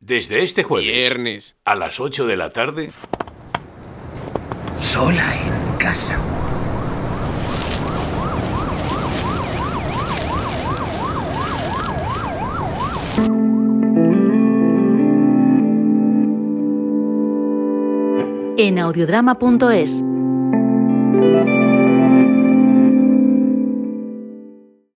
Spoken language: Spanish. Desde este jueves Viernes. a las 8 de la tarde, Sola en casa. en audiodrama.es.